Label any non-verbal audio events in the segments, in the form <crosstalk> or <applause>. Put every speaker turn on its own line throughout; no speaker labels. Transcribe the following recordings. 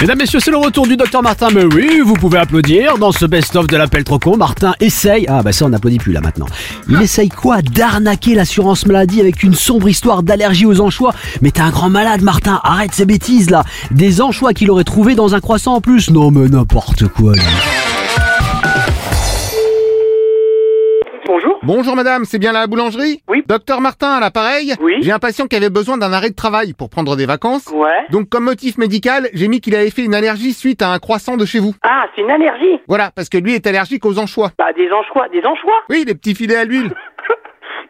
Mesdames, messieurs, c'est le retour du docteur Martin. Mais oui, vous pouvez applaudir dans ce best-of de l'appel trop con. Martin essaye. Ah, bah ça, on n'applaudit plus là maintenant. Il essaye quoi D'arnaquer l'assurance maladie avec une sombre histoire d'allergie aux anchois. Mais t'es un grand malade, Martin. Arrête ces bêtises là. Des anchois qu'il aurait trouvé dans un croissant en plus. Non, mais n'importe quoi. là.
Bonjour.
Bonjour madame, c'est bien la boulangerie
Oui.
Docteur Martin à l'appareil
Oui.
J'ai un patient qui avait besoin d'un arrêt de travail pour prendre des vacances.
Ouais.
Donc comme motif médical, j'ai mis qu'il avait fait une allergie suite à un croissant de chez vous.
Ah, c'est une allergie.
Voilà, parce que lui est allergique aux anchois.
Bah, des anchois, des anchois.
Oui, les petits filets
<laughs>
à l'huile.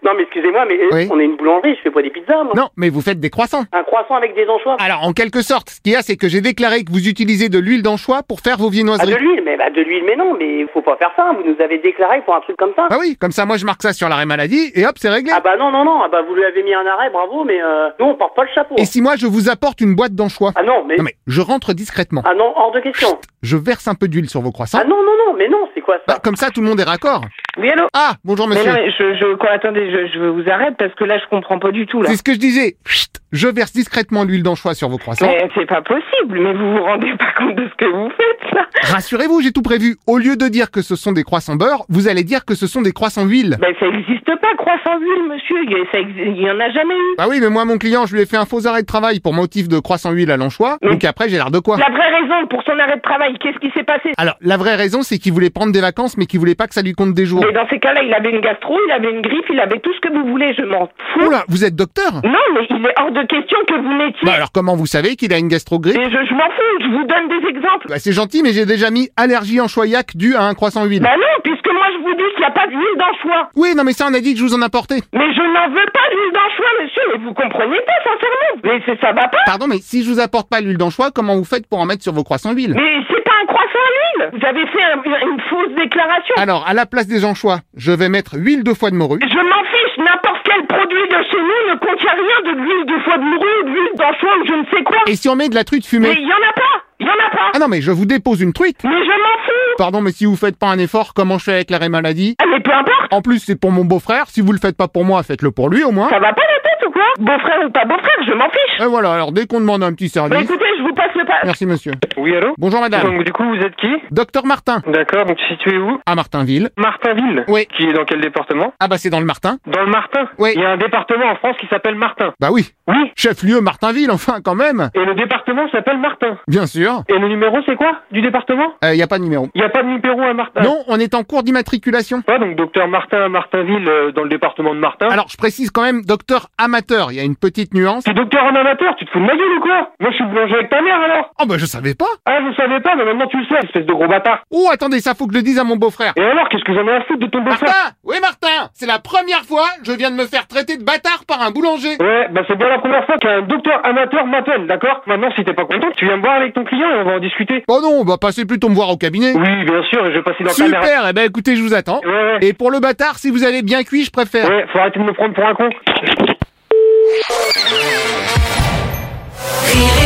Non, mais excusez-moi, mais euh,
Oui.
on est une boulangerie, je fais pas des pizzas, moi.
Non, Ah, mais vous faites des croissants.
Un croissant avec des anchois.
Alors en quelque sorte, ce qu'il y a, c'est que j'ai déclaré que vous utilisez de l'huile d'anchois pour faire vos
Ah, de
viennoiseries.
l'huile, mais bah, de l'huile, mais non, mais faut pas faire ça. Vous nous avez déclaré pour un truc comme ça.
Ah oui, comme ça moi je marque ça sur l'arrêt maladie et hop, c'est réglé.
Ah bah non, non, non. Ah bah vous lui avez mis un arrêt, bravo, mais euh, nous on porte pas le chapeau.
Et si moi je vous apporte une boîte d'anchois
Ah non, mais,
Non mais je rentre discrètement.
ah non, hors de question.
Je verse un peu d'huile sur vos croissants.
Ah non, non, non, mais non, c'est quoi ça
Bah, comme ça tout le monde est raccord.
Oui, allô
Ah, bonjour
Mais
monsieur.
non, mais je, je, quoi, attendez, je, je vous arrête parce que là, je comprends pas du tout, là.
C'est ce que je disais. Chut, je verse discrètement l'huile d'anchois sur vos croissants.
Mais c'est pas possible, mais vous vous rendez pas compte de ce que vous faites, là
Rassurez-vous, j'ai tout prévu. Au lieu de dire que ce sont des croissants beurre, vous allez dire que ce sont des croissants huile.
Ben, ça existe pas, croissant huile, monsieur, il y, a- ça exi- il y en a jamais eu.
Bah oui, mais moi, mon client, je lui ai fait un faux arrêt de travail pour motif de croissant huile à l'anchois.
Mm.
Donc après, j'ai l'air de quoi
La vraie raison pour son arrêt de travail, qu'est-ce qui s'est passé
Alors, la vraie raison, c'est qu'il voulait prendre des vacances, mais qu'il voulait pas que ça lui compte des jours.
Mais dans ces cas-là, il avait une gastro, il avait une griffe, il avait tout ce que vous voulez, je m'en fous.
Oula, vous êtes docteur
Non, mais il est hors de question que vous n'étiez...
Bah alors, comment vous savez qu'il a une gastrogrippe
Mais je, je m'en fous, je vous donne des exemples.
Bah c'est gentil, mais j'ai déjà mis allergie anchoyac due à un croissant huile.
Bah non, puisque moi, je vous dis qu'il n'y a pas d'huile d'anchois.
Oui, non, mais ça, on a dit que je vous en apportais.
Mais je n'en veux pas d'huile d'anchois, monsieur, mais vous comprenez pas, sincèrement. Mais c'est- ça va pas.
Pardon, mais si je vous apporte pas l'huile d'anchois, comment vous faites pour en mettre sur vos croissants huile
Mais c'est pas un croissant à l'huile Vous avez fait un- une fausse déclaration
<laughs> Alors, à la place des anchois, je vais mettre huile de foie de morue.
Je m'en fiche, n'importe quel produit de chez nous ne contient rien de l'huile de foie de morue, de l'huile d'anchois ou je ne sais quoi
Et si on met de la truite
Mais
fumée
il y en a pas Il y en a pas
Ah non, mais je vous dépose une truite
Mais je m'en fous
Pardon, mais si vous faites pas un effort, comment je fais avec l'arrêt maladie
Ah mais peu importe
En plus, c'est pour mon beau-frère, si vous le faites pas pour moi, faites-le pour lui au moins.
Ça va pas la tête ou quoi Beau-frère ou pas beau-frère, je m'en fiche
Et voilà, alors dès qu'on demande un petit
Bah
service...
écoutez, je vous passe le pas...
Merci monsieur.
euh, Oui, allô
Bonjour Ah. madame.
Donc, du coup, vous êtes qui
Docteur Martin,
D'accord, donc situé où
à Martinville.
Martinville
Oui.
Qui est dans quel département
Ah bah c'est dans le Martin
Dans le Martin
Oui.
Il y a un département en France qui s'appelle Martin.
Bah oui.
Oui.
Chef-lieu Martinville, enfin quand même
Et le département s'appelle Martin.
Bien sûr.
Et le numéro, c'est quoi Du département
Il y a pas de numéro.
Il n'y a pas de numéro à Martin
Non, on est en cours d'immatriculation.
Ouais, donc docteur Martin à Martinville, euh, dans le département de Martin.
Alors je précise quand même, docteur amateur, il y a une petite nuance.
T'es docteur en amateur, tu te fous de ma gueule ou quoi Moi, je suis boulanger avec ta mère, alors
Oh bah je savais pas
Ah, je savais pas, mais maintenant tu le sais, espèce de gros bâtard
Oh, attendez, ça faut que je le dise à mon beau-frère.
Et alors, qu'est-ce que j'en ai à foutre de ton beau-frère
Martin Oui, Martin C'est la première fois je viens de me faire traiter de bâtard par un boulanger.
Ouais, bah c'est bien la première fois qu'un docteur amateur m'appelle, d'accord Maintenant, si t'es pas content, tu viens me voir avec ton client et on va en discuter.
Oh non, bah passez plutôt me voir au cabinet.
Oui, bien sûr, et je vais passer dans ta mère.
Super, eh ben écoutez, je vous attends.
Ouais, ouais.
Et pour le bâtard, si vous avez bien cuit, je préfère.
Ouais, faut arrêter de me prendre pour un con.
Rire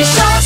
et chanson